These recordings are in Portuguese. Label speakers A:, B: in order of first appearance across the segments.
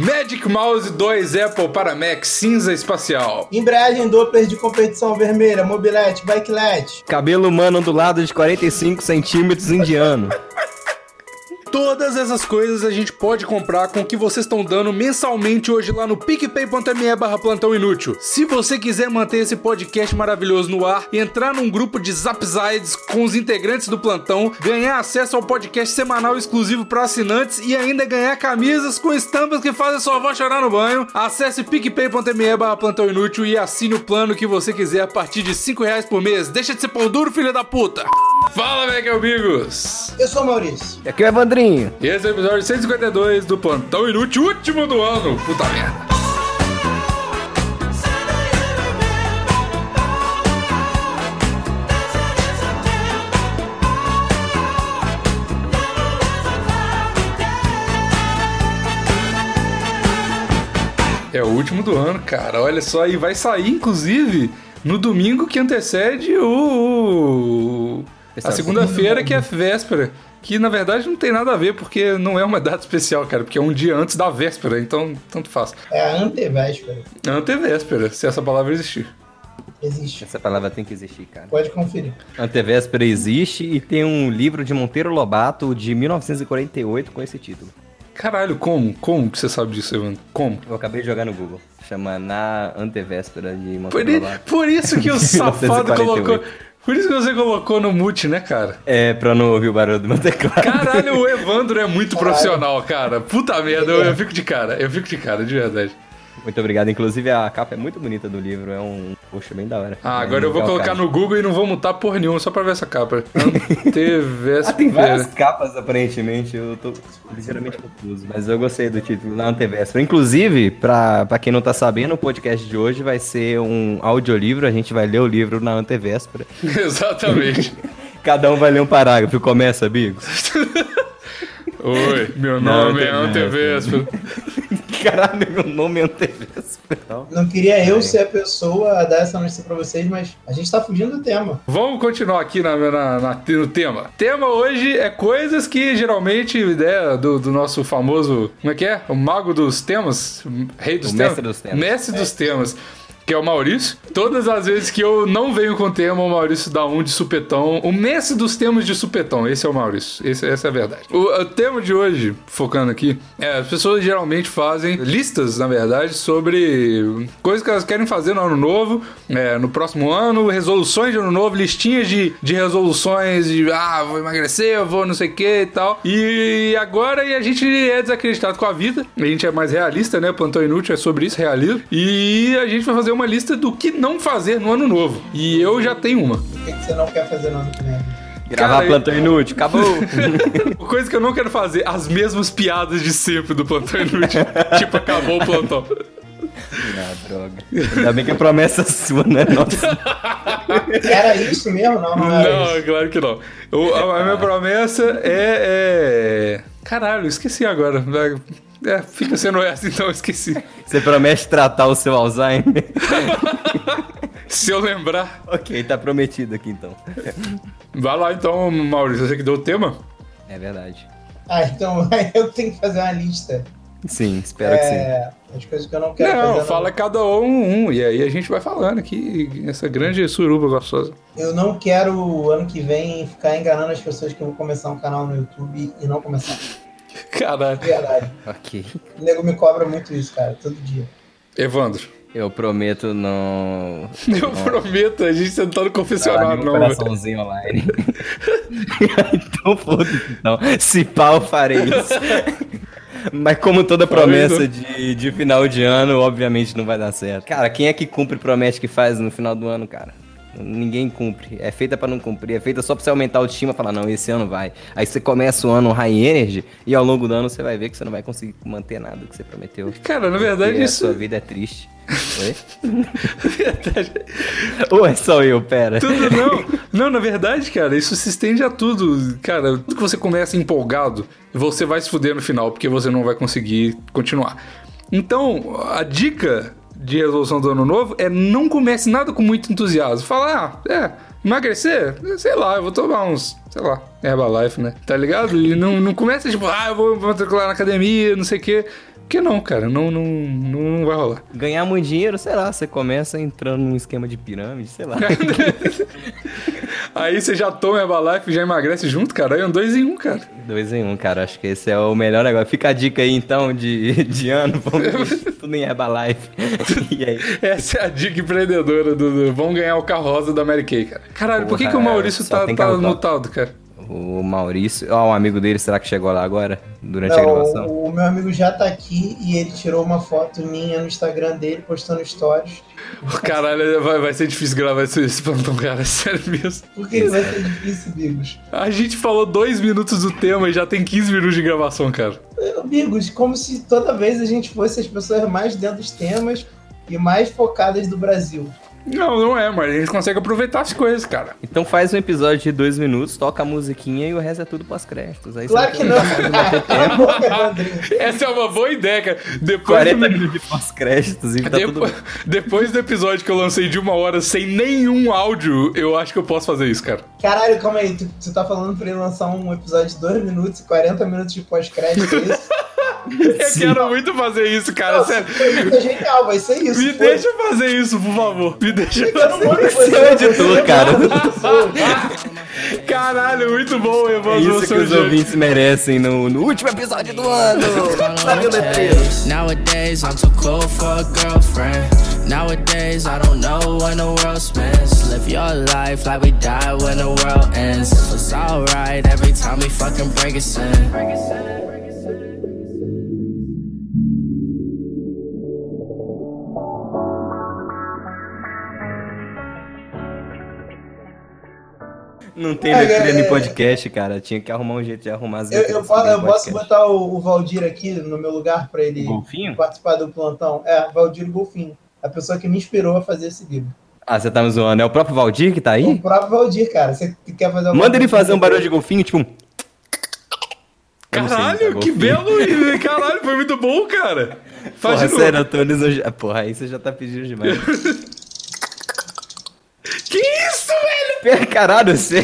A: Magic Mouse 2 Apple para Mac cinza espacial.
B: Embreagem Doppler de competição vermelha, mobilete, bike LED.
C: Cabelo humano ondulado de 45 centímetros indiano.
A: Todas essas coisas a gente pode comprar com o que vocês estão dando mensalmente hoje lá no picpay.me barra plantão inútil. Se você quiser manter esse podcast maravilhoso no ar, entrar num grupo de Zapsides com os integrantes do plantão, ganhar acesso ao podcast semanal exclusivo para assinantes e ainda ganhar camisas com estampas que fazem sua avó chorar no banho, acesse picpay.me barra plantão inútil e assine o plano que você quiser a partir de 5 reais por mês. Deixa de ser pão duro, filha da puta! Fala, Mega Amigos!
B: Eu sou o Maurício.
C: E aqui é o Evandrinho.
A: E esse é o episódio 152 do Plantão Inútil, último do ano. Puta merda. É o último do ano, cara. Olha só, e vai sair, inclusive, no domingo que antecede o. A segunda-feira, que é véspera. Que na verdade não tem nada a ver, porque não é uma data especial, cara, porque é um dia antes da véspera, então tanto faz.
B: É a antevéspera.
A: Antevéspera, se essa palavra existir.
B: Existe.
C: Essa palavra tem que existir, cara.
B: Pode conferir.
C: Antevéspera existe e tem um livro de Monteiro Lobato de 1948 com esse título.
A: Caralho, como? Como que você sabe disso, Evandro? Como?
C: Eu acabei de jogar no Google. Chama Na Antevéspera de
A: Por,
C: Monteiro
A: i-
C: Lobato.
A: por isso que o safado
C: 1948.
A: colocou. Por isso que você colocou no mute, né, cara?
C: É, pra não ouvir o barulho do meu teclado.
A: Caralho, o Evandro é muito profissional, cara. Puta merda, eu, eu
C: É.
A: fico de cara. Eu fico de cara, de verdade.
C: Muito obrigado. Inclusive, a capa é muito bonita do livro. É um poxa bem da hora.
A: Ah,
C: É
A: agora eu vou
C: legal,
A: colocar
C: cara.
A: no Google e não vou mutar porra nenhuma só pra ver essa capa.
C: Ah, tem
A: Antevéspera.
C: várias capas, aparentemente. Eu tô ligeiramente confuso. Mas eu gostei do título na antevéspera. Inclusive, pra, pra quem não tá sabendo, o podcast de hoje vai ser um audiolivro. A gente vai ler o livro na antevéspera.
A: Exatamente.
C: Cada um vai ler um parágrafo. Começa, Bigos.
A: Oi, meu
C: Não, né?
A: nome é
C: não,
A: Antevéspero.
C: Caralho, meu nome é antevéspera. Não.
B: Não queria eu ser a pessoa a dar essa notícia pra vocês, mas a gente tá fugindo do tema.
A: Vamos continuar aqui na, na- na- no tema. Tema hoje é coisas que geralmente, ideia do, do nosso famoso, como é que é? O mago dos temas? Rei dos
C: O
A: temas?
C: mestre dos temas.
A: Mestre dos temas. Que é o Maurício. Todas as vezes que eu não venho com tema, o Maurício dá um de supetão. O mestre dos temas de supetão. Esse é o Maurício. Esse- essa é a verdade. O, o tema de hoje, focando aqui, é, as pessoas geralmente fazem listas, na verdade, sobre coisas que elas querem fazer no ano novo, é, no próximo ano, resoluções de ano novo, listinhas de, de resoluções de ah, vou emagrecer, eu vou não sei o que e tal. E agora e a gente é desacreditado com a vida, a gente é mais realista, né? Plantão Inútil é sobre isso, realismo. E a gente vai fazer uma lista do que não fazer no ano novo. E eu já tenho uma.
B: O que, que você não quer fazer no ano que vem?
C: Gravar
A: Cara,
C: plantão inútil. Acabou.
A: Coisa que eu não quero fazer, as mesmas piadas de sempre do Plantão Inútil. tipo, acabou o plantão.
C: ah, droga. Ainda bem que a promessa é sua, né? Nossa.
B: Era isso mesmo? Não, não era
A: Não,
B: isso.
A: claro que não. O- a, a minha promessa é, é- Caralho, esqueci agora. É, fica sendo essa, então eu esqueci.
C: Você promete tratar o seu Alzheimer?
A: Se eu lembrar.
C: ok, tá prometido aqui então.
A: Vai lá então, Maurício, você que deu o tema.
C: É verdade.
B: Ah, então eu tenho que fazer uma lista.
C: Sim, espero que sim.
B: É, as coisas que eu não quero fazer.
A: não,
B: no-
A: fala cada um um, e aí a gente vai falando aqui, essa grande suruba gostosa.
B: Eu não quero ano que vem ficar enganando as pessoas que eu vou começar um canal no YouTube e não começar.
A: Caralho.
B: Verdade.
C: Ok.
B: O nego me cobra muito isso, cara, todo dia.
A: Evandro,
C: Eu prometo não.
A: eu prometo, a gente não tá no confessionário, não. velho.
C: coraçãozinho online. então foda-se, então. Se pá, eu farei isso. Mas como toda promessa de, de final de ano, obviamente não vai dar certo. Cara, quem é que cumpre e promete que faz no final do ano, cara? Ninguém cumpre. É feita pra não cumprir, é feita só pra você aumentar a autoestima e falar, não, esse ano vai. Aí você começa o ano high energy e ao longo do ano você vai ver que você não vai conseguir manter nada que você prometeu.
A: Cara, na verdade,
C: Porque A sua
A: isso.
C: vida é triste. Oi? Ou é só eu, pera.
A: Tudo não. Não, na verdade, cara, isso se estende a tudo. Cara, tudo que você começa empolgado, você vai se fuder no final, porque você não vai conseguir continuar. Então, a dica de resolução do ano novo é não comece nada com muito entusiasmo. Fala, ah, é, Emagrecer? Sei lá, eu vou tomar uns, sei lá, Herbalife, né? Tá ligado? E não, não começa tipo, ah, eu vou me matricular na academia, não sei o quê. Porque não, cara, não, não, não, não vai rolar.
C: Ganhar muito dinheiro, sei lá, você começa entrando num esquema de pirâmide, sei lá.
A: Aí você já toma Herbalife, já emagrece junto, cara. Aí é um dois em um, cara.
C: Dois em um, cara. Acho que esse é o melhor negócio. Fica a dica aí, então, de, de ano. Vamos investir tudo em Herbalife. e aí?
A: Essa é a dica empreendedora do, do vamos ganhar o carro rosa da Mary Kay, cara. Caralho, por que, que o Maurício
C: é, só
A: tá,
C: tem
A: tá
C: carro top.
A: mutado, cara?
C: O Maurício... Ó, um amigo dele, será que chegou lá agora? Durante a gravação?
B: Não, o, o meu amigo já tá aqui e ele tirou uma foto minha no Instagram dele, postando stories.
A: Caralho, vai, vai ser difícil gravar esse, esse plantão, cara. Sério mesmo.
B: Por que vai ser difícil, Bigos?
A: A gente falou dois minutos do tema e já tem 15 minutos de gravação, cara.
B: Eu, Bigos, como se toda vez a gente fosse as pessoas mais dentro dos temas e mais focadas do Brasil.
A: Não, não é, mas a gente consegue aproveitar as coisas, cara.
C: Então faz um episódio de dois minutos, toca a musiquinha e o resto é tudo pós-créditos. Aí você
B: Claro que
C: vai ter
B: não. Cala a boca, André.
A: Essa é uma boa ideia, cara. Depois,
C: 40
A: do,
C: minutos de pós-créditos e tá tudo
A: depois, depois do episódio que eu lancei de uma hora sem nenhum áudio, eu acho que eu posso fazer isso, cara.
B: Caralho, calma aí. Tu, tu tá falando pra ele lançar um episódio de 2 minutos e 40 minutos de pós-crédito. é isso?
A: Eu quero muito fazer isso, cara. sério.
B: Foi muito genial, vai ser isso.
A: Me
B: pô.
A: deixa fazer isso, por favor. Me deixa
B: Eu não vou
A: fazer
B: fazer
C: Você é o editor,
B: isso.
C: cara.
A: Caralho, muito bom,
C: É
A: Evandro.
C: isso que os ouvintes merecem no, no último episódio do ano. Sabe o letreiro?
D: Nowadays, I'm too cool for a girlfriend. Nowadays, I don't know when the world spins. Live your life like we die when the world ends. It was alright every time we fucking break it in.
C: Não tem
B: É,
C: letreiro
B: é,
C: em
B: é.
C: podcast, cara. Tinha que arrumar um jeito de arrumar as
B: Eu, eu,
C: letreiras
B: falo-
C: em
B: eu posso
C: podcast.
B: botar o, o Valdir aqui no meu lugar pra ele
C: Golfinho?
B: participar do plantão. É, Valdir Golfinho. A pessoa que me inspirou a fazer esse livro.
C: Ah, você tá me zoando. É o próprio Valdir que tá
B: O
C: aí?
B: próprio Valdir, cara. Você quer fazer alguma
C: Manda ele
B: coisa? né?
C: fazer um barulho de golfinho, tipo um... Eu não sei tá imitar
A: Caralho, que
C: golfinho.
A: belo. e- Caralho, foi muito bom, cara. Faz
C: Porra,
A: de novo.
C: sério, Antônio, eu já... porra, aí você já tá pedindo demais.
A: Que isso, velho?
C: Pera, Caralho, você...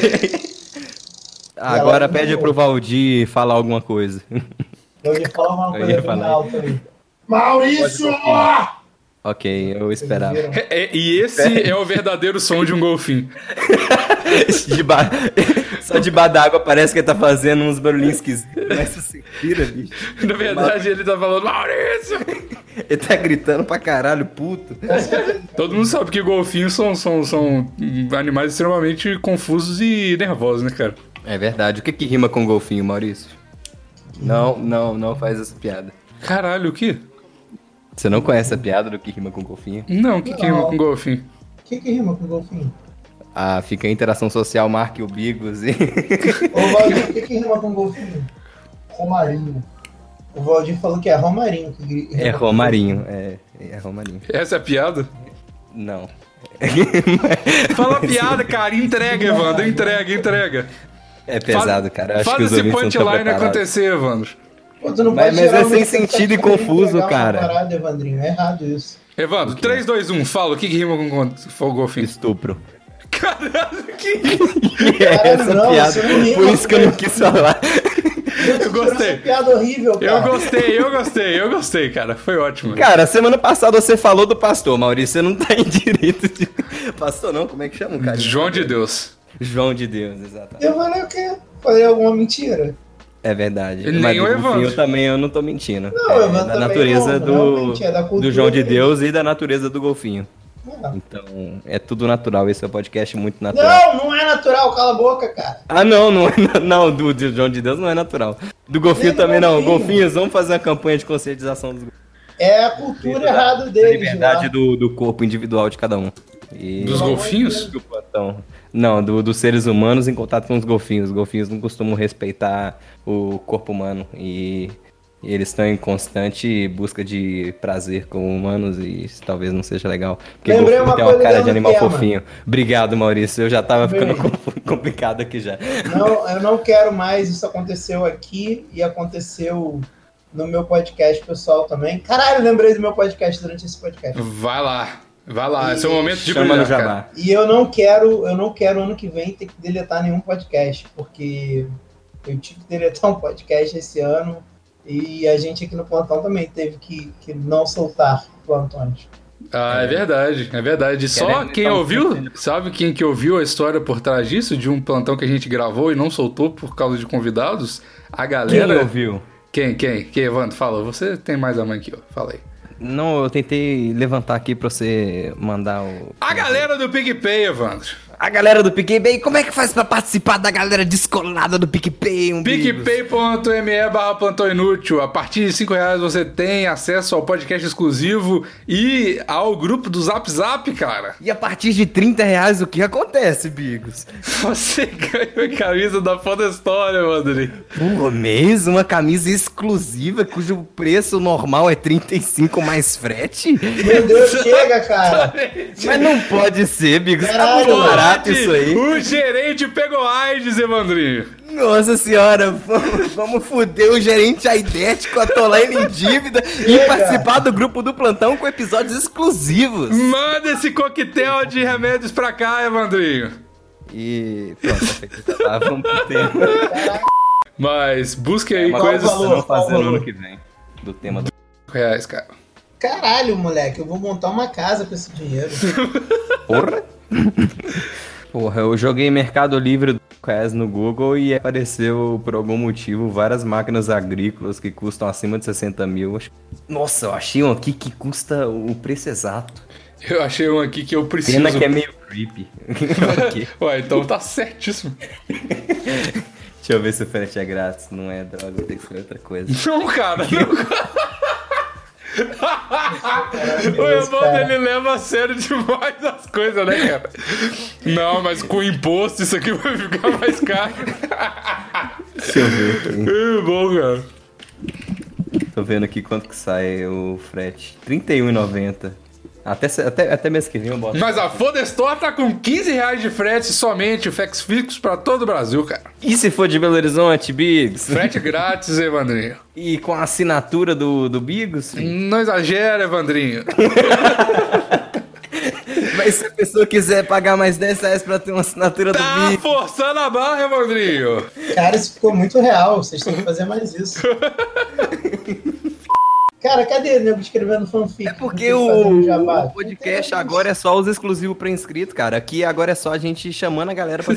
C: Agora pede pro Valdir falar alguma coisa.
B: Eu ia falar uma
C: Eu
B: coisa
C: ia
B: bem
C: falar.
B: alta aí. Maurício!
C: ok, eu
B: Vocês
C: esperava.
B: viram?
A: É- é- e esse é o verdadeiro som de um golfinho.
C: De ba- Só de bar d'água parece que ele tá fazendo uns barulhinhos esquisitos. Mas você vira, bicho.
A: Na verdade, ele tá falando, Maurício!
C: Ele tá gritando pra caralho, puto.
B: É,
A: Todo mundo sabe que golfinhos são, são, são animais extremamente confusos e nervosos, né, cara?
C: É verdade. O que que rima com golfinho, Maurício? Não, não, não faz essa piada.
A: Caralho, o quê?
C: Você não conhece a piada do que rima com golfinho?
A: Não, o que que é
B: Não.
A: um golfinho?
B: O que, que rima com golfinho?
C: Ah, fica a interação social, marque o Bigos e...
B: Ô, Valdir, o que, que rima com golfinho? Romarinho. O Valdir falou que é Romarinho. Que gri-
C: É
B: rima com
C: Romarinho, é, é Romarinho.
A: Essa é a piada?
C: Não.
A: Fala a piada, cara, entrega, Evandro, entrega, entrega.
C: É pesado,
A: Fala-
C: cara. Eu Acho
A: Faz
C: que os
A: esse
C: ouvintes não
A: punchline
C: estão preparados.
A: acontecer, Evandro.
B: Pô, tu não
C: Mas-
B: pode
C: mas
B: gerar
C: é
B: uma
C: sem
B: expectativa
C: sentido e
B: pra
C: confuso,
B: entregar uma
C: cara.
B: Parada, Evandrinho. É errado isso.
A: Evandro, 3, 2, 1, fala, o que que rima com gon- com golfinho?
C: Estupro.
A: Caralho, que...
C: É
B: Caralho,
C: essa
B: não,
C: piada.
B: isso não rima,
C: Por isso que eu não quis falar.
B: Eu
A: gostei.
B: piada horrível, cara.
A: Eu gostei, eu gostei, eu gostei, cara, foi ótimo.
C: Cara, semana passada você falou do pastor, Maurício. Você não tá em direito de. Pastor não, como é que chama o cara?
A: João de Deus.
C: João de Deus, exatamente.
B: Eu falei o quê? Falei alguma mentira?
C: É verdade.
A: Nem
C: Mas
A: o
C: do
A: Evandro.
C: golfinho também eu não tô mentindo.
B: Não,
C: é,
B: eu
C: da
B: também
C: natureza
B: não,
C: do,
B: realmente, é da cultura
C: do João de
B: dele.
C: Deus e da natureza do golfinho.
B: Não,
C: Então, é tudo natural. Esse é um podcast muito natural.
B: não, não é natural, cala a boca, cara.
C: Ah, não, não é. na- Não, do, do João de Deus não é natural. Do golfinho
B: Nem do
C: também não.
B: golfinho.
C: Golfinhos, vamos fazer uma campanha de conscientização dos golfinhos.
B: É a cultura errada
C: da
B: deles. né?
C: liberdade
B: lá.
C: do, do corpo individual de cada um. E...
A: Dos golfinhos?
C: do plantão. Não, do- dos seres humanos em contato com os golfinhos. Os golfinhos não costumam respeitar o corpo humano e eles estão em constante busca de prazer com humanos e isso talvez não seja legal. Porque
B: Lembrei
C: golfinho
B: uma
C: tem uma
B: coisa
C: cara
B: do
C: de animal
B: tema.
C: fofinho. Obrigado, Maurício. Eu já tava ficando
B: Lembrei.
C: com- complicado aqui já.
B: Não, eu não quero mais. Isso aconteceu aqui e aconteceu no meu podcast pessoal também. Caralho, lembrei do meu podcast durante esse podcast.
A: Vai lá. Vai lá, esse é o momento de
C: Chama no
A: brilhar, cara.
C: jabá.
B: E eu não quero, eu não quero ano que vem ter que deletar nenhum podcast, porque eu tive que deletar um podcast esse ano e a gente aqui no plantão também teve que, que não soltar plantões.
A: Ah, é verdade, é verdade. Só
C: Querendo
A: quem
C: dar um
A: ouviu,
C: conselho.
A: sabe quem que ouviu a história por trás disso, de um plantão que a gente gravou e não soltou por causa de convidados? A
C: Quem
A: galera.
C: ouviu?
A: Quem, quem? Quem, Evandro? Fala, você tem mais a mãe que eu. Fala aí.
C: Não, eu tentei levantar aqui pra você mandar o.
A: A galera do PicPay, Evandro.
C: A galera do PicPay, como é que faz pra participar da galera descolada do PicPay? Um
A: PicPay.me barra plantão inútil. A partir de 5 reais você tem acesso ao podcast exclusivo e ao grupo do Zap Zap, cara.
C: E a partir de 30 reais, o que acontece, Bigos?
A: Você ganha a camisa da foda história, Evandro.
C: Por mês, uma camisa exclusiva cujo preço normal é 35 mais frete?
B: Meu Deus, chega, cara!
C: Mas não pode ser, Bigos. Tá
B: Caralho,
C: muito
B: mano.
C: barato isso aí.
A: O gerente pegou AIDS, Evandrinho.
C: Nossa senhora, vamos, vamos foder o gerente aidético, atolar ele em dívida e
B: Chega.
C: participar do grupo do plantão com episódios exclusivos.
A: Manda esse coquetel de remédios pra cá, Evandrinho.
C: E pronto, tá, vamos pro tema.
A: Mas busque aí
C: Uma
A: coisas.
C: coisa
A: R$
B: valor?
C: que não
B: qual
C: fazer no
B: valor?
C: ano que vem. Do tema do.
A: reais, cara.
B: Caralho, moleque, eu vou montar uma casa com esse dinheiro.
C: Porra! Porra, eu joguei Mercado Livre do Cas no Google e apareceu, por algum motivo, várias máquinas agrícolas que custam acima de 60 mil. Acho- Nossa, eu achei um aqui que custa o preço exato.
A: Eu achei um aqui que eu preciso.
C: Pena que é meio creepy. Ok.
A: Ué, então tá certíssimo.
C: Deixa eu ver se o frete é grátis. Não é droga, tem que ser outra coisa.
A: Não, cara. Não. o
B: Deus,
A: Evandro,
B: cara.
A: ele leva a sério demais as coisas, né, cara? Não, mas com imposto isso aqui vai ficar mais caro.
C: Deixa eu ver
A: É bom, cara.
C: aqui. Tô vendo aqui quanto que sai o frete. R$31,90. Até, se- até, até mês que vem eu boto.
A: Mas a Foda Store tá com 15 reais de frete somente, o fax fixo pra todo o Brasil, cara.
C: E se for de Belo Horizonte, Biggs?
A: Frete grátis, Evandrinho.
C: E com a assinatura do, do Bigos?
A: Não exagera, Evandrinho.
C: Mas se a pessoa quiser pagar mais 10 reais pra ter uma assinatura do
A: Tá
C: Bigos.
A: forçando a barra, Evandrinho.
B: Cara, isso ficou muito real. Vocês têm que fazer mais isso. Cara, cadê o nego escrevendo fanfic?
C: É porque
B: Não tem que fazer um
C: o,
B: jabá.
C: o podcast agora é só os exclusivos pra inscrito, cara. Aqui agora é só a gente chamando a galera
B: É,
C: pra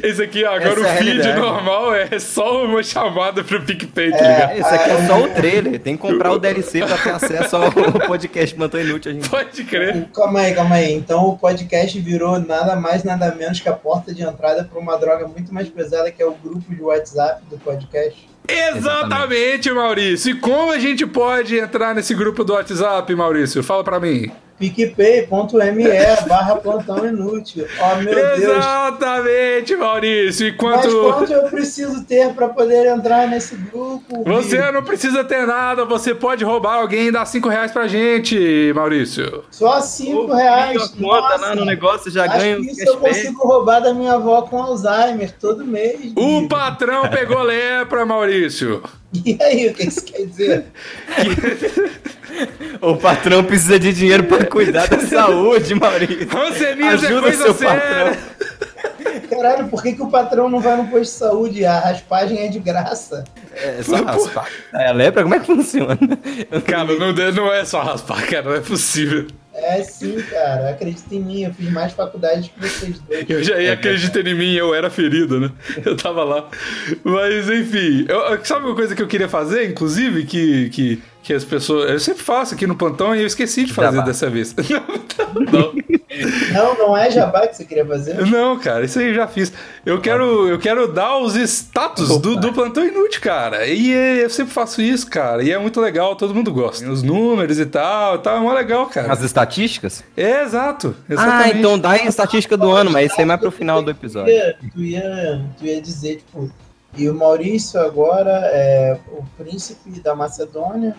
A: Esse aqui, agora
C: Essa
A: o
C: é a
A: feed
C: realidade.
A: normal é só uma chamada pro PicPay, tá ligado?
C: É, Isso aqui é só o trailer. Tem que comprar o DLC pra ter acesso ao podcast Mantou Inútil. A gente.
A: Pode crer.
B: Calma aí, calma aí. Então o podcast virou nada mais, nada menos que a porta de entrada para uma droga muito mais pesada que é o grupo de WhatsApp do podcast.
A: Exatamente, Maurício. E como a gente pode entrar nesse grupo do WhatsApp, Maurício? Fala pra mim.
B: picpay.me barra plantão inútil. Oh, meu Deus.
A: Exatamente, Maurício. E quanto...
B: Mas quanto eu preciso ter para poder entrar nesse grupo?
A: Você não precisa ter nada, você pode roubar alguém e dar 5 reais pra gente, Maurício.
B: Só 5
C: Cria
B: reais.
C: a conta lá
B: Nossa.
C: no negócio, já
B: Acho
C: ganha o
B: que isso eu
C: cashback.
B: consigo roubar da minha avó com Alzheimer todo mês.
A: O
B: Bibi.
A: patrão pegou lepra, Maurício.
B: E aí, o que isso quer dizer?
C: O patrão precisa de dinheiro pra cuidar da saúde, Maurício.
A: Rancenias é
C: Ajuda
A: coisa
C: seu
A: séria.
C: patrão.
B: Caralho, por que, que o patrão não vai no posto de saúde? A raspagem é de graça.
C: É só raspar. É a lepra? Como é que funciona?
A: Cara, não, de- não é só raspar, cara, não é possível.
B: É sim, cara. Acredita em mim, eu fiz mais faculdade que vocês dois.
A: Eu já
C: É,
A: ia acreditando em mim, eu era ferido, né? Eu tava lá. Mas, enfim. eu- eu- sabe uma coisa que eu queria fazer, inclusive, que, que, que as pessoas. Eu sempre faço aqui no plantão e eu esqueci de fazer
C: Jabá.
A: dessa vez. Não, não.
B: Não, não é jabá que você queria fazer?
A: Não, cara, isso aí eu já fiz. Eu quero, eu quero dar os status do, do plantão inútil, cara. E é- eu sempre faço isso, cara. E é muito legal, todo mundo gosta. Os números e tal, tal, é mó legal, cara.
C: As estatísticas?
A: É, exato.
C: Ah,
A: Exatamente.
C: então dá aí a estatística do ano, mas isso aí é mais pro final do
B: Tu
C: episódio.
B: ia, tu ia, tu ia dizer, tipo, e o Maurício agora é o príncipe da Macedônia,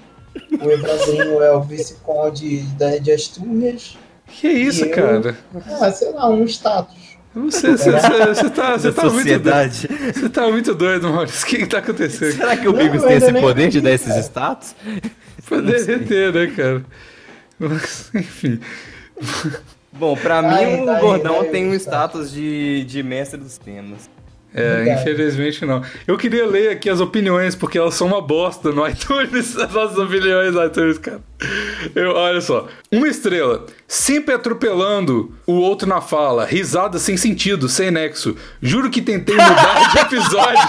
B: o Evandrinho é o vice-conde da- de Astúrias.
A: Que é isso,
B: Eu-
A: cara?
B: Ah, sei lá, um status.
A: Você, você, você, você tá, você tá muito
C: Da
A: doido.
C: sociedade.
A: Você tá muito doido, Maurício. O que, que tá acontecendo?
C: Será que o
B: Não, eu
C: Bigos tem
B: ainda
C: esse
B: nem
C: poder de
B: vi,
C: dar esses status?
A: Pra derreter, né, cara? Mas, enfim.
C: Bom, pra mim
B: Aí,
C: o
B: tá aí,
C: Gordão
B: tá aí,
C: tem um
B: tá.
C: status de, de mestre dos temas.
A: É,
B: Verdade.
A: infelizmente não. Eu queria ler aqui as opiniões, porque elas são uma bosta no iTunes, as nossas opiniões no iTunes, cara. Eu, olha só. Uma estrela, sempre atropelando o outro na fala, risada sem sentido, sem nexo. Juro que tentei mudar de episódio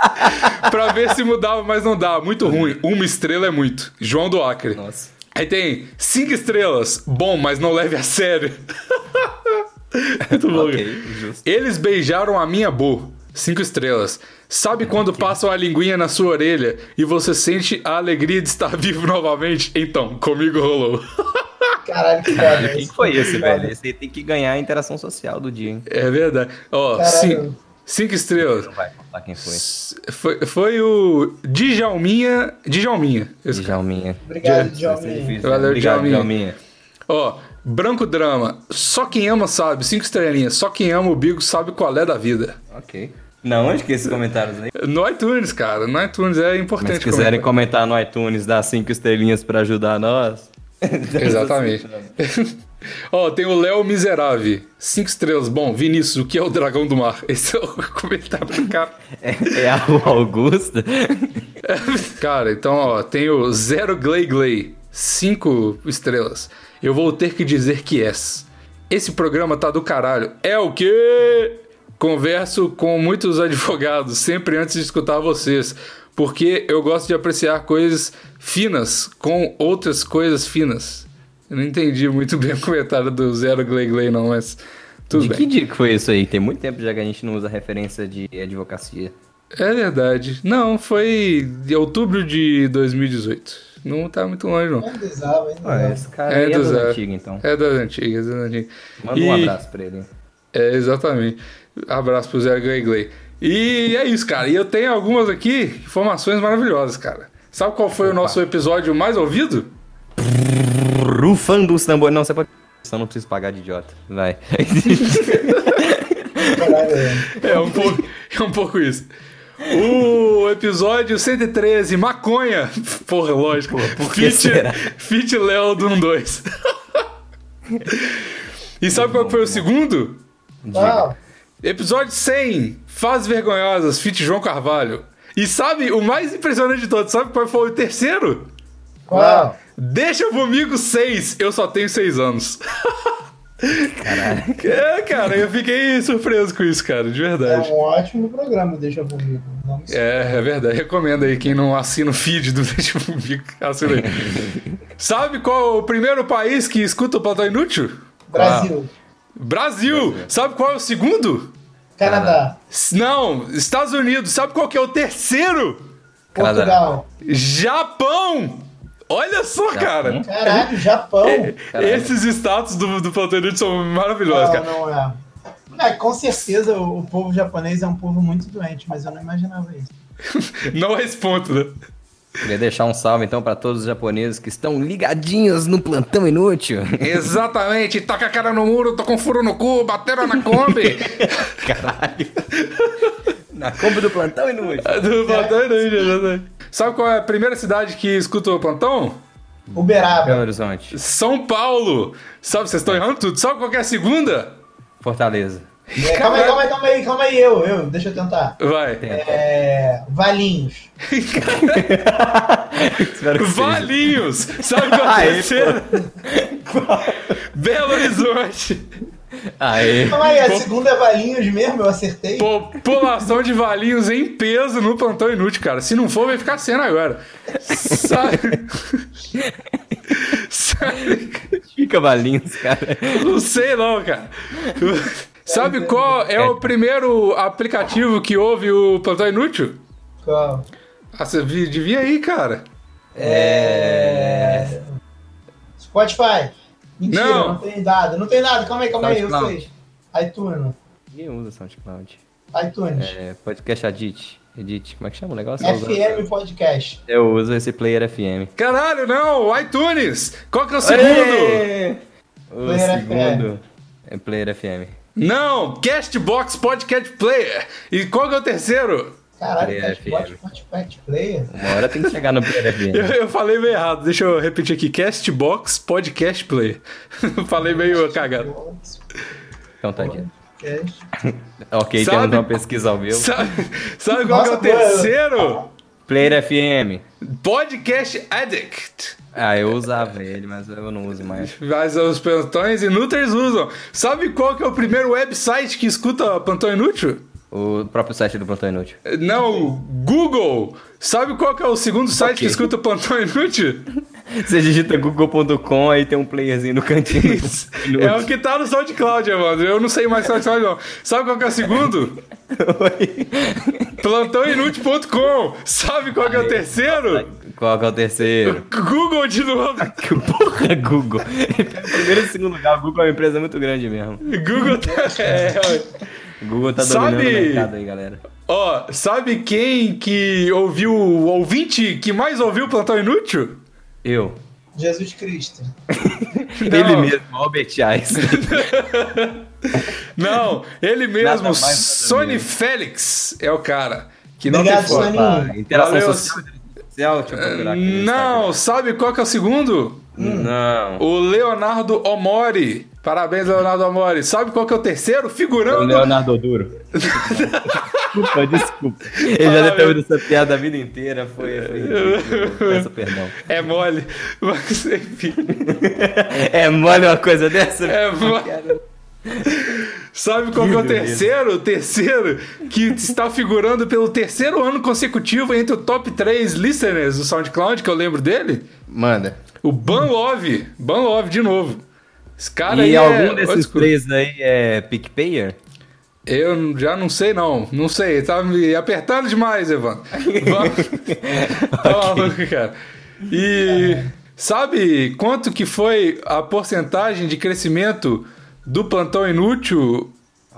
A: pra ver se mudava, mas não dá. Muito ruim. Uma estrela é muito. João do Acre.
C: Nossa.
A: Aí tem cinco estrelas, bom, mas não leve a sério. Muito bom.
C: Ok,
A: cara.
C: justo.
A: Eles beijaram a minha bo. Cinco estrelas. Sabe quando passam a linguinha na sua orelha e você sente a alegria de estar vivo novamente? Então, comigo rolou.
B: Caralho, que foda.
C: Quem foi esse,
B: né?
C: velho? Esse aí tem que ganhar a interação social do dia, hein?
A: É verdade. Ó,
B: Caralho.
A: cinco, cinco estrelas.
C: Não vai contar quem foi.
A: Foi, foi o Djalminha. Djalminha. Esse cara.
C: Djalminha.
B: Obrigado,
C: Vai ser
B: Johnny.
C: difícil, né?
A: Valeu,
C: Obrigado,
A: Djalminha.
C: Djalminha.
A: Ó, Branco Drama. Só quem ama sabe. Cinco estrelinhas. Só quem ama o Bigo sabe qual é da vida.
C: Ok. Não, onde que esses comentários aí?
A: No iTunes, cara. No iTunes é importante.
C: Mas se quiserem
A: comentar.
C: comentar no iTunes, dar cinco estrelinhas pra ajudar nós.
A: Exatamente. Ó, tem o Léo Miserável. Cinco estrelas. Bom, Vinícius, o que é o Dragão do Mar? Esse é o comentário do cara.
C: É, é a Rua Augusta?
A: Cara, então, ó, tem o Zero Glay Glay. Cinco estrelas. Eu vou ter que dizer que yes. Esse programa tá do caralho. É o quê? Converso com muitos advogados, sempre antes de escutar vocês. Porque eu gosto de apreciar coisas finas com outras coisas finas. Eu não entendi muito bem o comentário do Zero Glay Glay, não, mas tudo
C: De
A: bem.
C: que dia que foi isso aí? Tem muito tempo já que a gente não usa referência de advocacia.
A: É verdade. Não, foi de outubro de 2018. Não tá muito longe, não.
B: Não desaba, hein?
C: Ué, esse cara aí é
A: do
C: dos
A: Zé.
C: antigos, então.
A: É das antigas, é das antigas.
C: Manda
A: E-
C: um abraço pra ele.
A: É, exatamente. Abraço pro Zé Glegley. E é isso, cara. E eu tenho algumas aqui, informações maravilhosas, cara. Sabe qual foi o nosso episódio mais ouvido?
C: Rufando os tambores. Não, você pode... Só não preciso pagar de idiota. Vai.
B: Caralho, velho.
A: É um pouco, é um pouco isso. O episódio 113, Maconha. Porra, é lógico.
C: por que
A: Fit,
C: será?
A: Fit Léo do 12. E sabe qual foi o segundo?
B: Uau.
A: Episódio 100, Fases Vergonhosas, Fit João Carvalho. E sabe, o mais impressionante de todos, sabe qual foi o terceiro?
B: Uau.
A: Deixa comigo 6, eu só tenho 6 anos. Caralho. É, cara, eu fiquei surpreso com isso, cara, de
B: É
A: verdade.
B: um ótimo programa, deixa comigo. Não me
A: É, é verdade. Recomendo aí quem não assina o feed do Deixa comigo, assina aí. sabe qual é o primeiro país que escuta o Platão Inútil?
B: Brasil.
A: Brasil. Sabe qual é o segundo?
B: Canadá.
A: Não, Estados Unidos. Sabe qual que é o terceiro?
B: Portugal.
A: Japão! Olha só, cara!
B: Caralho, Japão.
C: Caralho.
A: Esses status do, do Plantão Inútil são maravilhosos,
B: Não,
A: cara.
B: não é. É, com certeza o o povo japonês é um povo muito doente, mas eu não imaginava isso.
A: Não é esse ponto, né?
C: Queria deixar um salve, então, pra todos os japoneses que estão ligadinhos no Plantão Inútil.
A: Exatamente! Toca a cara no muro, tô com um furo no cu, bateram na Kombi!
C: Caralho. Na Kombi do Plantão Inútil.
A: do Plantão Inútil, exatamente. Sabe qual é a primeira cidade que escuta o plantão?
B: Uberaba.
C: Belo Horizonte.
A: São Paulo! Sabe, vocês estão errando tudo. Sabe qual que é a segunda?
C: Fortaleza.
B: É, calma aí, calma aí, calma aí, calma aí, eu, eu, deixa eu tentar.
A: Vai.
C: Tenta.
B: É, Valinhos.
A: é
C: Espero que seja.
A: Valinhos! Sabe qual é a
C: Aê,
A: terceira? Belo Horizonte!
C: Aê.
B: Calma aí, a segunda é Valinhos mesmo, eu acertei.
A: População de valinhos em peso no plantão inútil, cara. Se não for, vai ficar cena agora. Sabe? Sabe?
C: Fica Valinhos, cara.
A: Não sei não, cara. Sabe qual é o primeiro aplicativo que houve o plantão inútil?
B: Qual?
A: Ah, você vi- devia aí, cara.
B: É... Spotify. Mentira,
A: Não.
B: não. tem dado. Não tem dado, calma aí, calma aí, eu
C: SoundCloud.
B: sei. iTunes.
C: Ninguém usa SoundCloud.
B: iTunes.
C: É, podcast Edit. Edit. Como é que chama o negócio?
B: FM Podcast.
C: Eu uso esse player FM.
A: Caralho, não! o iTunes! Qual que é o segundo?
C: Aê! O
B: Player
C: segundo é Player FM.
A: Não! Castbox Podcast Player! E qual que é o terceiro?
B: Caralho,
C: Player
B: Castbox
C: FM.
B: Podcast Player?
C: Uma hora tem que chegar no
A: Eu,
C: PRFM.
A: eu falei meio errado, deixa eu repetir aqui: Castbox Podcast Player. falei meio
C: É.
A: cagado.
C: Então, tadinho.
B: Podcast.
C: Ok,
A: Sabe-
C: temos uma pesquisa ao vivo.
A: Sabe, sabe qual que é o
B: Nossa, mano.
A: terceiro?
C: Player FM.
A: Podcast Addict.
C: Ah, eu usava ele, mas eu não uso mais.
A: Mas os plantões inúteis usam. Sabe qual que é o primeiro website que escuta plantão inútil?
C: O próprio site do Plantão Inútil.
A: Não, Google. Sabe qual que é o segundo site que
C: Ok.
A: escuta plantão inútil?
C: Você digita google.com, aí tem um playerzinho no cantinho.
A: Isso. É o que tá no SoundCloud, Evandro. Eu não sei mais é SoundCloud, não. Sabe qual que é o segundo? Plantãoinútil.com. Sabe qual que é o terceiro?
C: Qual que é o terceiro?
A: Google de novo.
C: Que porra, Google? Primeiro e segundo lugar, o Google é uma empresa muito grande mesmo.
A: Google tá... é, ó.
C: O Google tá dominando
A: Sabe-
C: o mercado aí, galera.
A: Ó, sabe quem que ouviu o ouvinte que mais ouviu o Plantão Inútil?
C: Eu.
B: Jesus Cristo.
C: Ele mesmo, Albert Einstein.
A: Não, ele mesmo,
C: Nada mais, nada
A: Sony
C: menos.
A: Félix é o cara. Que não
B: Obrigado,
A: tem foto.
B: Sony.
C: Opa, interação
A: Valeu.
C: social. é interação social, Deixa eu procurar aqui no
A: Não, sabe qual que é o segundo?
C: Instagram. Não.
A: O Leonardo Omori. Parabéns, Leonardo Omori. Sabe qual que é o terceiro?
C: O
A: Figurando.
C: Leonardo Duro. desculpa, desculpa. Ele já deve ter ouvido essa piada a vida inteira. Foi. foi ridículo. Peço perdão.
A: É mole. Mas, enfim.
C: É mole uma coisa dessa?
A: É mole. Sabe qual que é o
C: Que beleza.
A: terceiro? O terceiro que está figurando pelo terceiro ano consecutivo entre o top 3 listeners do SoundCloud, que eu lembro dele.
C: Manda.
A: O Ban Love. Ban Love de novo. Esse cara aí
C: E
A: é
C: algum desses
A: old school.
C: três aí é PicPayer?
A: Eu já não sei, não. Não sei. Tá me apertando demais, Evan. Vamos. Tá maluco, cara. E sabe quanto que foi a porcentagem de crescimento do plantão inútil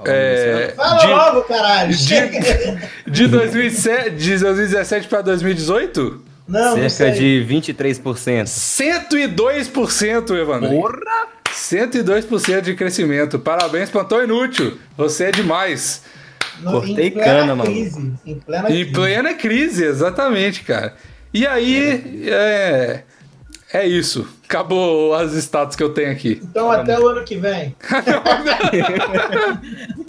A: é,
B: Fala logo, caralho! Chega!
A: de, de, 2007, de 2017 para 2018?
B: Não, não
C: Cerca
B: sei.
C: de 23%.
A: 102%, Evandro.
C: Porra!
A: 102% de crescimento. Parabéns, plantão inútil. Você é demais.
B: No-
C: Cortei
B: em plena
C: cana, mano.
B: crise, Em plena
A: Em
B: crise.
A: plena crise, exatamente, cara. E aí, é. É isso. Acabou as status que eu tenho aqui.
B: Então até o ano que vem.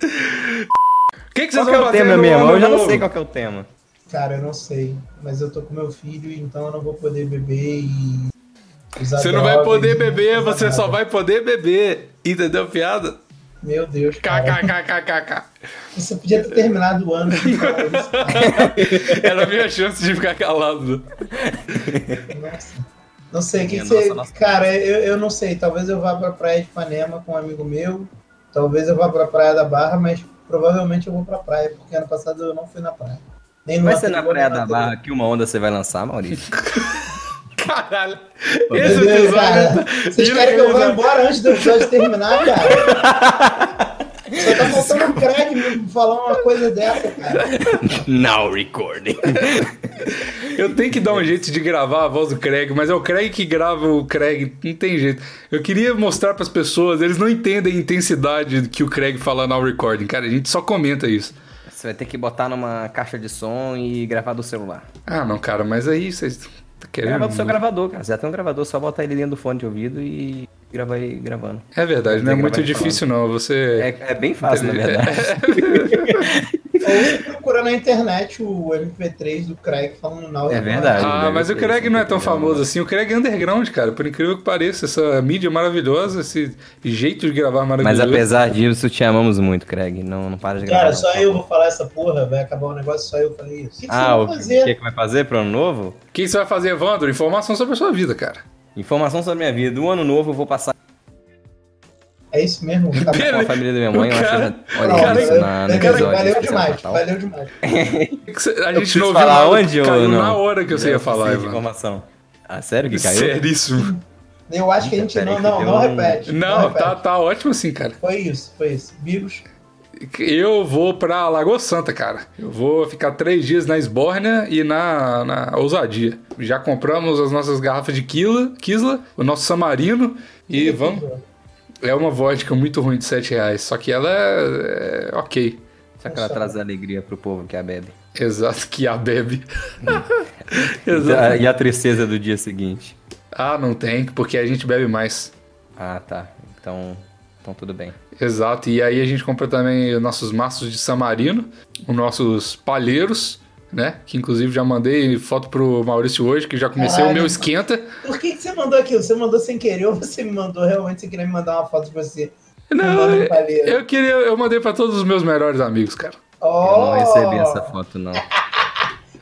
A: O que, que
C: Qual
A: vocês
C: que é
A: vão
C: o
A: fazer
C: tema
A: no
C: mesmo?
A: ano
C: Eu já não
A: novo?
C: sei qual que é o tema.
B: Cara, eu não sei. Mas eu tô com meu filho, então eu não vou poder beber e. usar
C: é
A: Você não
B: drogas,
A: vai poder
B: não
A: beber,
B: usar
A: você
B: nada.
A: só vai poder beber. Entendeu, a piada?
B: Meu Deus. Cara.
A: KKKKKK.
B: Você podia ter terminado o ano. cara.
A: Era a minha chance de ficar calado.
B: Nossa. Não sei, que
C: Minha
B: que você-
C: nossa, nossa.
B: cara, eu, eu não sei. Talvez eu vá pra praia de Ipanema com um amigo meu. Talvez eu vá pra praia da Barra, mas provavelmente eu vou pra praia, porque ano passado eu não fui na praia. Nem no né?
C: Vai ser na
B: Natal,
C: Praia
B: nem
C: da
B: no Natal.
C: Barra que uma onda você vai lançar, Maurício?
A: Caralho.
B: Meu
A: Esse
B: Deus,
A: episódio. é
B: cara. Vocês querem que eu vá embora antes do episódio terminar, cara? Só tá faltando um craque me falar uma coisa dessa, cara.
C: Now recording.
A: Eu tenho que dar um jeito de gravar a voz do Craig, mas é o Craig que grava o Craig, não tem jeito. Eu queria mostrar pras pessoas, eles não entendem a intensidade que o Craig fala na recording, cara, a gente só comenta isso.
C: Você vai ter que botar numa caixa de som e gravar do celular.
A: Ah, não, cara, mas aí vocês tá
C: Grava
A: querendo.
C: do seu gravador, cara. Você já tem um gravador, só botar ele dentro do fone de ouvido e gravar aí gravando.
A: É verdade, não é
C: Tem que
A: muito
C: gravar
A: difícil não, você
C: É, é bem fácil, na verdade.
A: É
B: Ou procura na internet o MP3 do craque falando na
C: É verdade.
A: Ah,
C: deve
A: mas o
C: ter,
A: Craig
C: sim,
A: não é
C: tem
A: tão
C: que gravar.
A: famoso assim. O Craig é underground, cara. Por incrível que pareça, essa mídia maravilhosa, esse jeito de gravar é
C: Mas
A: maravilhoso.
C: apesar disso, te amamos muito, Craig. Não, não para de gravar.
B: Cara,
C: não.
B: só eu vou falar essa porra, vai acabar o negócio, só eu falei isso. O que, que
C: Ah,
B: você vai
C: o que,
B: fazer?
C: que vai fazer pro ano novo?
A: O que você vai fazer, Evandro? Informação sobre a sua vida, cara.
C: Informação sobre minha vida. O ano novo eu vou passar
B: É isso mesmo? Tá bom.
A: Beleza.
C: com a família da minha mãe.
A: O
C: eu acho que eu já-
A: cara-
C: olha
B: Não,
A: cara-
C: isso
B: valeu-
C: na, no
B: valeu-
C: episódio
B: valeu
C: especial tá
B: demais,
C: Natal.
B: valeu demais.
A: Que cê- A gente
C: preciso
A: não ouviu
C: falar
A: nada,
C: onde ou
A: caiu
C: não? é
A: na hora que você ia falar,
C: Essa
A: Ivan.
C: informação. Ah, sério que caiu?
A: Seríssimo.
B: Eu acho que a gente
C: Peraí,
B: não,
C: que
B: não,
C: deu
B: não
C: um-
B: repete.
A: Não,
B: repete.
A: tá, tá ótimo sim, cara.
B: Foi isso, foi isso. Vírus.
A: Eu vou pra Lagoa Santa, cara. Eu vou ficar três dias na Esbórnia e na, na Ousadia. Já compramos as nossas garrafas de Kila, Kisla, o nosso Samarino e vamos... É uma vodka muito ruim de 7 reais, só que ela é, é ok.
C: Será que ela traz alegria pro povo que é a bebe?
A: Exato, que a bebe.
C: Da-
A: Exato.
C: E a tristeza do dia seguinte?
A: Ah, não tem, porque a gente bebe mais.
C: Ah, tá. Então, então tudo bem.
A: Exato, e aí a gente compra também os nossos maços de Samarino, os nossos palheiros, né? Que inclusive já mandei foto pro Maurício hoje, que já comecei o
B: Caralho.
A: meu esquenta.
B: Por que, que você mandou aquilo? Você mandou sem querer ou você me mandou realmente sem querer me mandar uma foto de você?
A: Não,
B: Mandando um
A: eu,
B: palheiro.
A: eu queria, eu mandei pra todos os meus melhores amigos, cara.
C: Eu
B: Oh,
C: não recebi essa foto, não.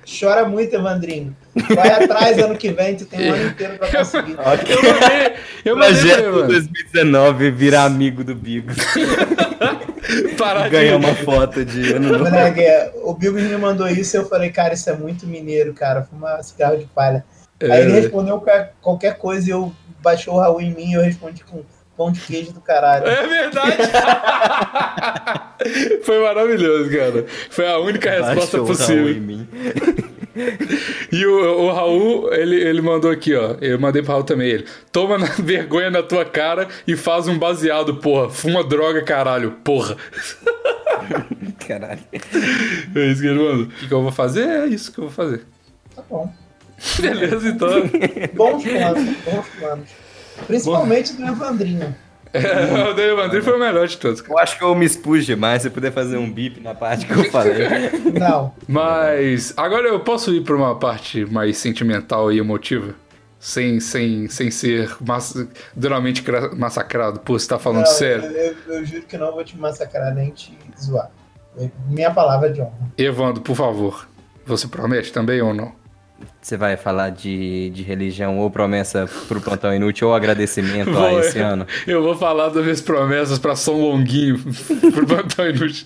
B: Chora muito, Evandrinho. Vai atrás ano que vem, tu tem um ano inteiro pra conseguir.
A: Eu mandei, eu mandei pra ele,
C: Projeto
A: mano.
C: 2019 virar amigo do Bigo.
A: Parar de-
C: Ganhar uma foto de ano novo.
B: Moleque, o Bilbis me mandou isso e eu falei, cara, isso é muito mineiro, cara, fumar cigarro de palha.
A: É,
B: Aí ele respondeu ca- qualquer coisa e eu baixou o Raul em mim e eu respondi com pão de queijo do caralho.
A: É verdade! Foi maravilhoso, cara. Foi a única resposta
C: Baixou o Raul em
A: possível.
C: mim.
A: E o, o Raul, ele, ele mandou aqui, ó. Eu mandei pro Raul também ele. Toma na- vergonha na tua cara e faz um baseado, porra. Fuma droga, caralho, porra.
C: Caralho.
A: É isso que ele mandou. O que, que eu vou fazer? É isso que eu vou fazer.
B: Tá bom.
A: Beleza, então.
B: Bons planos, bons planos. Principalmente do Evandrinho.
A: É, o Daniel Mandri foi o melhor de todos, cara.
C: Eu acho que eu me expus demais. Se eu puder fazer um bip na parte que eu falei.
B: Não.
A: Mas agora eu posso ir pra uma parte mais sentimental e emotiva? Sem, sem, sem ser mas, duramente cra- massacrado por estar falando
B: Não,
A: sério.
B: Eu, eu- eu juro que não vou te massacrar nem te zoar. É Minha palavra de honra.
A: Evandro, por favor, você promete também ou não?
C: Você vai falar de, de religião ou promessa pro plantão inútil ou agradecimento a
A: Vou-
C: esse ano.
A: Eu vou falar das minhas promessas pra São Longuinho, pro Plantão Inútil.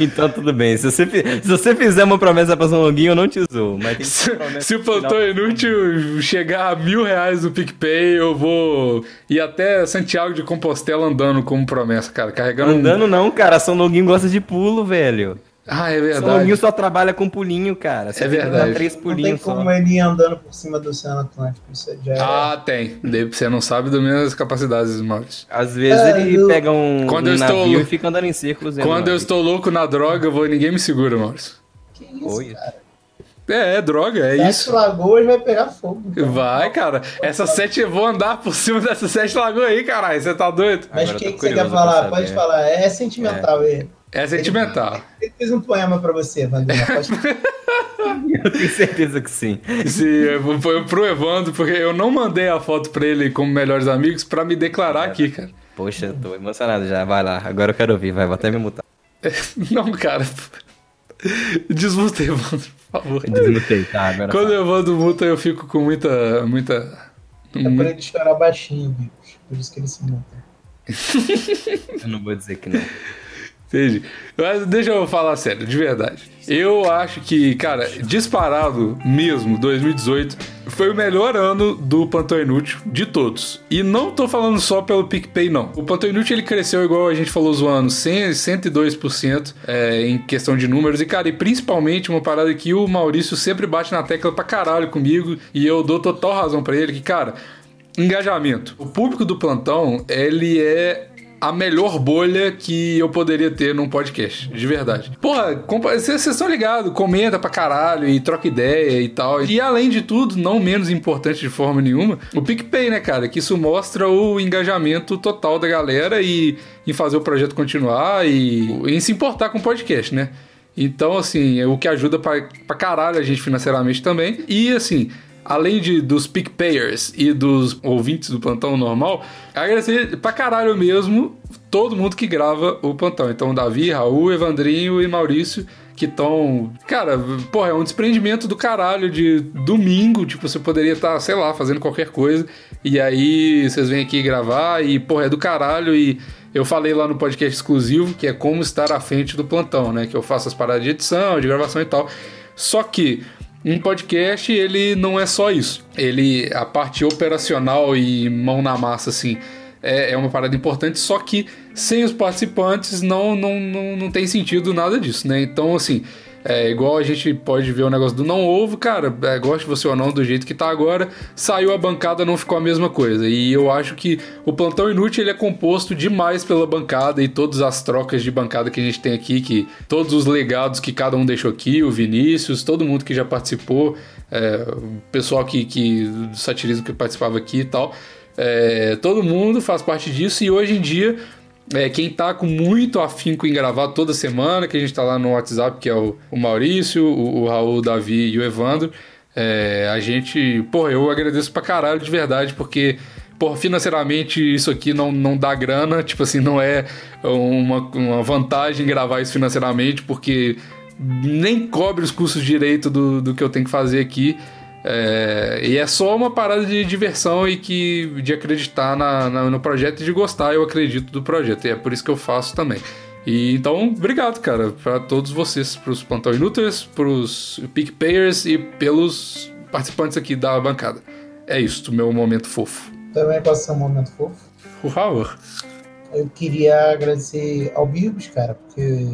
C: Então tudo bem. Se você, fi- se você fizer uma promessa pra São Longuinho, eu não te zoo. Mas tem que
A: Se,
C: ser promessa
A: se o
C: no final.
A: Plantão Inútil chegar a mil reais no PicPay, eu vou ir até Santiago de Compostela andando como promessa, cara. Carregando. um-
C: Andando não, cara. São Longuinho gosta de pulo, velho.
A: Ah, é
C: São Longuinho
A: verdade.
C: só trabalha com pulinho, cara. Você
A: É
C: tem que dar
A: verdade.
C: três
B: Não tem
C: pulinhos só.
B: como ele ir andando por cima do Oceano Atlântico. Isso já é...
A: Ah, tem. Daí Você não sabe das minhas capacidades, Maurício.
C: Às vezes
B: Ah,
C: ele
B: eu-
C: pega um,
A: Quando
C: um
A: eu estou-
C: navio e fica andando em círculos. né,
A: Quando
C: mano?
A: eu estou louco na droga, eu vou ninguém me segura, Maurício.
B: Que isso,
C: Oi.
B: cara.
A: É, é droga,
C: Tá
A: é
B: Sete
A: isso.
B: Tá lagoas vai pegar fogo. cara.
A: Vai, cara. Essas sete, eu vou andar por cima dessas sete lagoas aí, caralho. Você tá doido?
B: Mas
C: Agora
B: o
C: eu
B: que,
C: tô
B: que você quer
C: curioso pra
B: falar?
C: saber.
B: Pode falar. É, sentimental ele.
A: É sentimental.
B: Ele fez um poema pra você, Vandrinha. Pode
C: Uhum. Eu tenho certeza que sim.
A: Se foi pro Evandro, porque eu não mandei a foto pra ele como melhores amigos pra me declarar aqui, cara.
C: Poxa, eu tô emocionado já. Vai lá. Agora eu quero ouvir. Vai, vou até me mutar.
A: Não, cara. Desmuta, Evandro, por favor.
C: Desmutei, tá? Agora
A: Quando
C: fala.
A: eu mando multa, eu fico com muita. muita.
B: é pra ele chorar baixinho, Bicos. Por isso que ele se monta.
C: eu não vou dizer que não.
A: Entendi. Mas deixa eu falar sério, de verdade. Eu acho que, cara, disparado mesmo, 2018 foi o melhor ano do Pantão Inútil de todos. E não tô falando só pelo PicPay, não. O Pantão Inútil ele cresceu, igual a gente falou, zoando, 100, 102% é, em questão de números. E, cara, e principalmente uma parada que o Maurício sempre bate na tecla pra caralho comigo. E eu dou total razão pra ele, que, cara, engajamento. O público do Plantão, ele é a melhor bolha que eu poderia ter num podcast, de verdade. Porra, vocês estão ligados, comenta pra caralho e troca ideia e tal. E além de tudo, não menos importante de forma nenhuma, o PicPay, né, cara? Que isso mostra o engajamento total da galera e em fazer o projeto continuar e em se importar com o podcast, né? Então, assim, é o que ajuda pra, pra caralho a gente financeiramente também. E, assim, além de, dos PicPayers e dos ouvintes do plantão normal, agradecer pra caralho mesmo todo mundo que grava o plantão. Então, Davi, Raul, Evandrinho e Maurício, que estão. Cara, porra, é um desprendimento do caralho de domingo. Tipo, você poderia estar, sei lá, fazendo qualquer coisa. E aí vocês vêm aqui gravar e, porra, é do caralho. E eu falei lá no podcast exclusivo que é como estar à frente do plantão, né? Que eu faço as paradas de edição, de gravação e tal. Só que um podcast, ele não é só isso. Ele, a parte operacional e mão na massa, assim, é, é uma parada importante, só que sem os participantes não, não, não, não tem sentido nada disso, né? Então, assim, É igual a gente pode ver o negócio do não ovo, cara, é, goste você ou não, do jeito que tá agora, saiu a bancada, não ficou a mesma coisa. E eu acho que o plantão inútil ele é composto demais pela bancada e todas as trocas de bancada que a gente tem aqui, que todos os legados que cada um deixou aqui, o Vinícius, todo mundo que já participou, é, o pessoal que, que do satirismo que participava aqui e tal. É, todo mundo faz parte disso e hoje em dia é, quem tá com muito afinco em gravar toda semana, que a gente tá lá no WhatsApp, que é o, o Maurício, o, o Raul, o Davi e o Evandro, é, a gente, porra, eu agradeço pra caralho de verdade, porque, porra, financeiramente isso aqui não, não dá grana, tipo assim, não é uma, uma vantagem gravar isso financeiramente, porque nem cobre os custos de direito do, do que eu tenho que fazer aqui. É, e é só uma parada de diversão e que de acreditar na, na- no projeto e de gostar, eu acredito do projeto. E é por isso que eu faço também. E, então, obrigado, cara, pra todos vocês, pros plantão inúteis, pros pickpayers e pelos participantes aqui da bancada. É isso, meu momento fofo.
B: Também pode ser um momento fofo.
A: Por favor.
B: Eu queria agradecer ao Bigos, cara, porque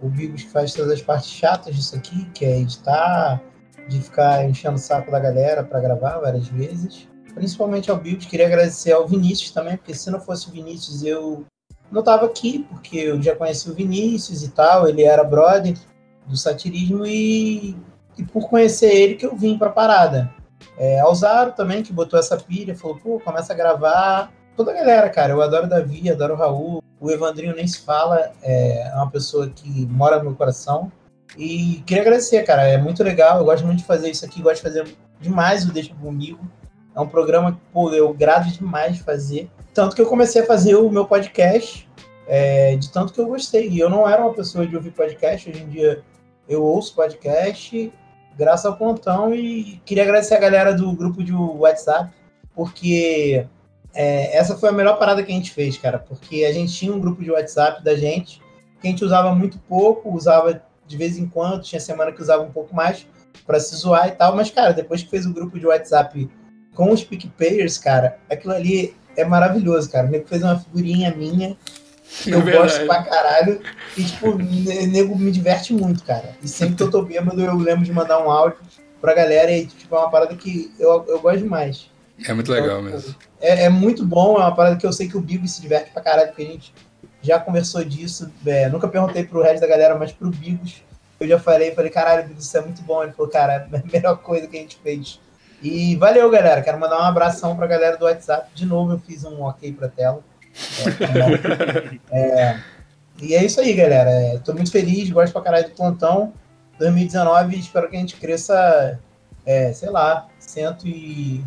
B: o Bigos que faz todas as partes chatas disso aqui, que é editar, de ficar enchendo o saco da galera pra gravar várias vezes. Principalmente ao Bigos, queria agradecer ao Vinícius também, porque se não fosse o Vinícius eu não tava aqui, porque eu já conheci o Vinícius e tal, ele era brother do satirismo e, e por conhecer ele que eu vim pra parada. É, ao Zaro também, que botou essa pilha, falou, pô, começa a gravar toda a galera, cara. Eu adoro o Davi, adoro o Raul. O Evandrinho nem se fala, é uma pessoa que mora no meu coração. E queria agradecer, cara. É muito legal. Eu gosto muito de fazer isso aqui, gosto de fazer demais o Deixa comigo. É um programa que, pô, eu gravo demais de fazer. Tanto que eu comecei a fazer o meu podcast, é, de tanto que eu gostei. E eu não era uma pessoa de ouvir podcast. Hoje em dia eu ouço podcast, graças ao pontão. E queria agradecer a galera do grupo de WhatsApp, porque é, essa foi a melhor parada que a gente fez, cara, porque a gente tinha um grupo de WhatsApp da gente, que a gente usava muito pouco, usava de vez em quando, tinha semana que usava um pouco mais pra se zoar e tal, mas, cara, depois que fez o grupo de WhatsApp com os PicPayers, cara, aquilo ali é maravilhoso, cara. O nego fez uma figurinha minha, que
A: É
B: eu gosto pra caralho, e, tipo, ne- nego me diverte muito, cara. E sempre que eu tô bêbado, eu lembro de mandar um áudio pra galera, e, tipo, é uma parada que eu, eu gosto demais.
A: É muito legal mesmo.
B: Então, É, é muito bom, é uma parada que eu sei que o Bigo se diverte pra caralho, porque a gente já conversou disso. é, nunca perguntei pro resto da galera, mas pro Bigos eu já falei, falei, caralho, Bigos, isso é muito bom. Ele falou, cara, é a melhor coisa que a gente fez. E valeu, galera. Quero mandar um abração pra galera do WhatsApp. De novo, eu fiz um ok pra tela. É, é, e é isso aí, galera. É, tô muito feliz, gosto pra caralho do plantão. 2019, espero que a gente cresça, é, sei lá, 113%.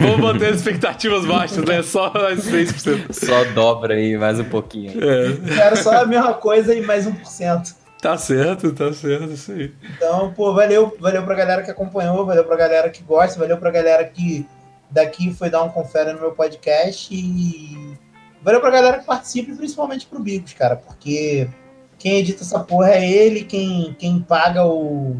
A: Vamos manter as expectativas baixas, né? Só as 3%.
C: Só dobra aí mais um pouquinho.
B: Quero só é a mesma coisa e mais 1%.
A: Tá certo, tá certo, isso aí.
B: Então, pô, valeu, valeu pra galera que acompanhou, valeu pra galera que gosta, valeu pra galera que daqui foi dar um confere no meu podcast e valeu pra galera que participe, principalmente pro Bigos, cara, porque quem edita essa porra é ele, quem, quem paga o,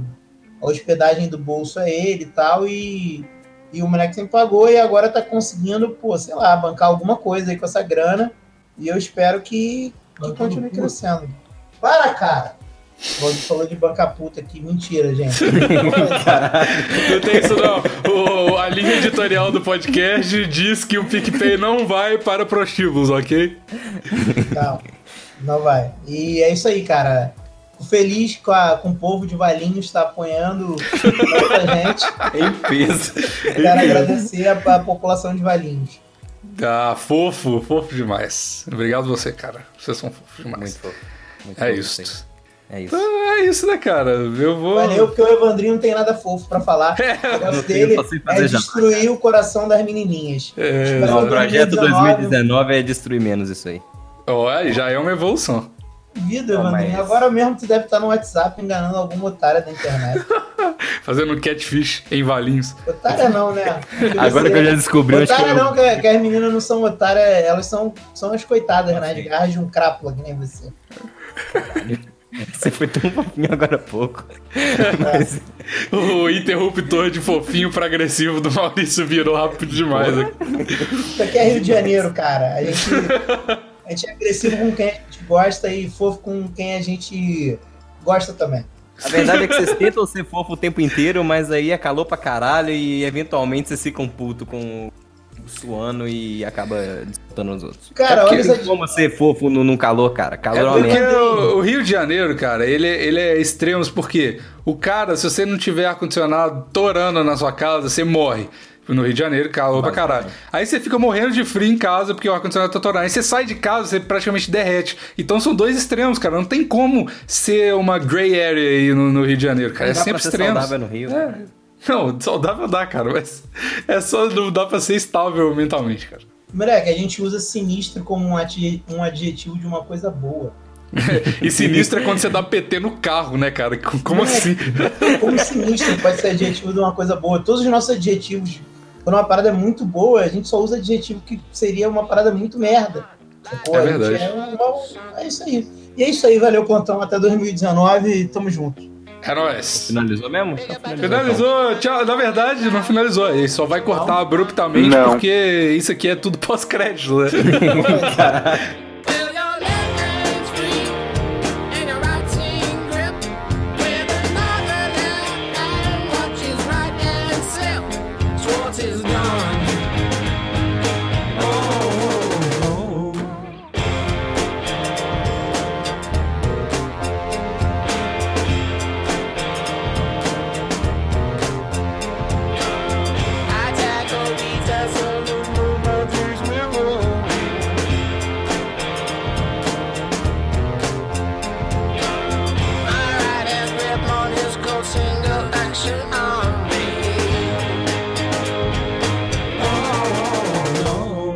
B: a hospedagem do bolso é ele e tal, e, e o moleque sempre pagou e agora tá conseguindo, pô, sei lá, bancar alguma coisa aí com essa grana e eu espero que, que continue crescendo. Para, cara! O Valdir falou de banca puta aqui, mentira, gente.
A: Não tem isso não. O- a linha editorial do podcast diz que o PicPay não vai para prostíbulos, ok?
B: Calma, não vai. E é isso aí, cara. Fico Feliz com, a- com o povo de Valinhos está apoiando muita gente.
C: Em peso.
B: Quero agradecer a, a população de Valinhos.
A: Tá fofo, fofo demais. Obrigado você, cara. Vocês são fofos demais.
C: Muito fofo. Muito
A: é
C: fofo,
A: isso.
C: sim. É isso.
A: Então é isso, né, cara? Eu vou.
B: Valeu, porque o Evandrinho não tem nada fofo pra falar. O negócio
C: É, Eu
B: dele
C: só sei
B: é
C: fazer jabá.
B: destruir o coração das menininhas. um
A: É,
B: Não,
C: Não, o projeto
B: 2019.
C: 2019 é destruir menos isso aí.
A: olha, já é uma evolução.
B: Vida,
C: Não,
B: Evandrinho.
C: mas-
B: Agora mesmo tu deve estar no WhatsApp enganando alguma otária da internet.
A: Fazendo um catfish em valinhos.
B: otária não, né? Porque
C: Agora
B: você-
C: que eu já descobri onde que
B: Otária Tá, não,
C: eu...
B: que, que as meninas não são otárias, é, elas são, são as coitadas, né? De garras de um crápula, que nem você.
C: Você foi tão fofinho agora há pouco. Mas
A: O interruptor de fofinho pra agressivo do Maurício virou rápido demais. né?
B: Isso aqui é Rio de Janeiro, cara. A gente, A gente é agressivo com quem a gente gosta e fofo com quem a gente gosta também.
C: A verdade é que vocês tentam ser fofo o tempo inteiro, mas aí é calor pra caralho e eventualmente vocês ficam puto com o suano e acaba disputando os outros.
B: Cara,
C: é
B: olha
C: porque não
B: isso
C: tem
B: aqui.
C: como ser fofo no- num calor, cara. Calor
A: É
C: é uma
A: porque
C: merda.
A: o, o Rio de Janeiro, cara, ele, ele é extremos porque o cara, se você não tiver ar-condicionado torando na sua casa, você morre. No Rio de Janeiro, calor pra caralho. Aí você fica morrendo de frio em casa porque o ar-condicionado tá torando. Aí você sai de casa, você praticamente derrete. Então são dois extremos, cara. Não tem como ser uma gray area aí no, no Rio de Janeiro, cara.
C: Não
A: é
C: dá
A: sempre
C: pra ser
A: extremos.
C: saudável né? no Rio,
A: É.
C: cara.
A: Não, saudável dá, cara. Mas é só não dá pra ser estável mentalmente, cara.
B: Moleque, a gente usa sinistro como um, ati- um adjetivo de uma coisa boa.
A: E sinistro é quando você dá PT no carro, né, cara?
C: É.
A: Como assim?
B: Como sinistro pode ser adjetivo de uma coisa boa? Todos os nossos adjetivos, quando uma parada é muito boa, a gente só usa adjetivo que seria uma parada muito merda. Sacou?
A: É
B: A gente
A: verdade.
B: É, um- é isso aí. E é isso aí, valeu, plantão. Até 2019 e tamo junto.
A: É nóis.
C: Finalizou mesmo? Então
A: Finalizou, tchau. Na verdade, não finalizou. Ele só vai cortar abruptamente
E: Não.
A: porque isso aqui é tudo pós-crédito, né?
F: Feel your left hand's free in a rotting grip with another left hand watches right and slip. Schwartz is gone. I tackle these absolute movements with will. My right hand grip on his coat, single action on me.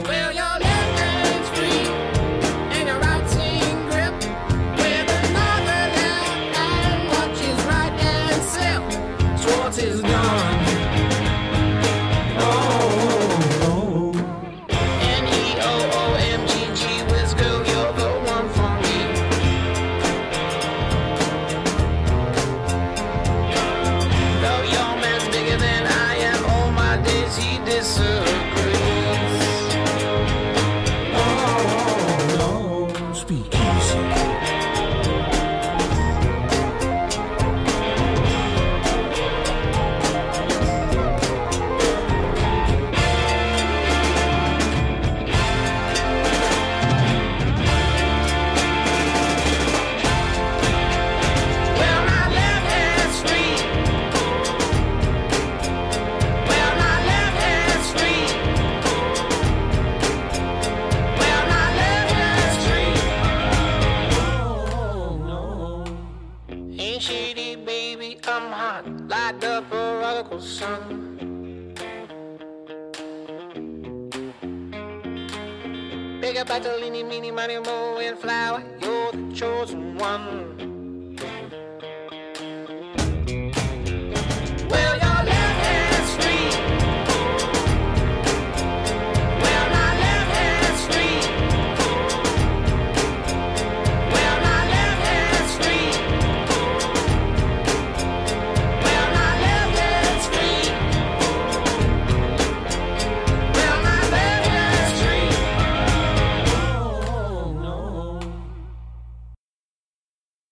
F: Feel your left hand's free in a writing grip with another left hand watches right and slip. Schwartz is gone. N E O O M G G Whisker, you're the one for me. Though your man's bigger than I am, all my days he disagrees. Oh, no. Speak easy. Well, my left hand's free. Well, my left hand's free. Well, my left hand's free. Oh, Ain't shady, baby, I'm hot. Light up a radical sun. Bigger, better, leany, meeny, money, mo, and flower. You're the chosen one.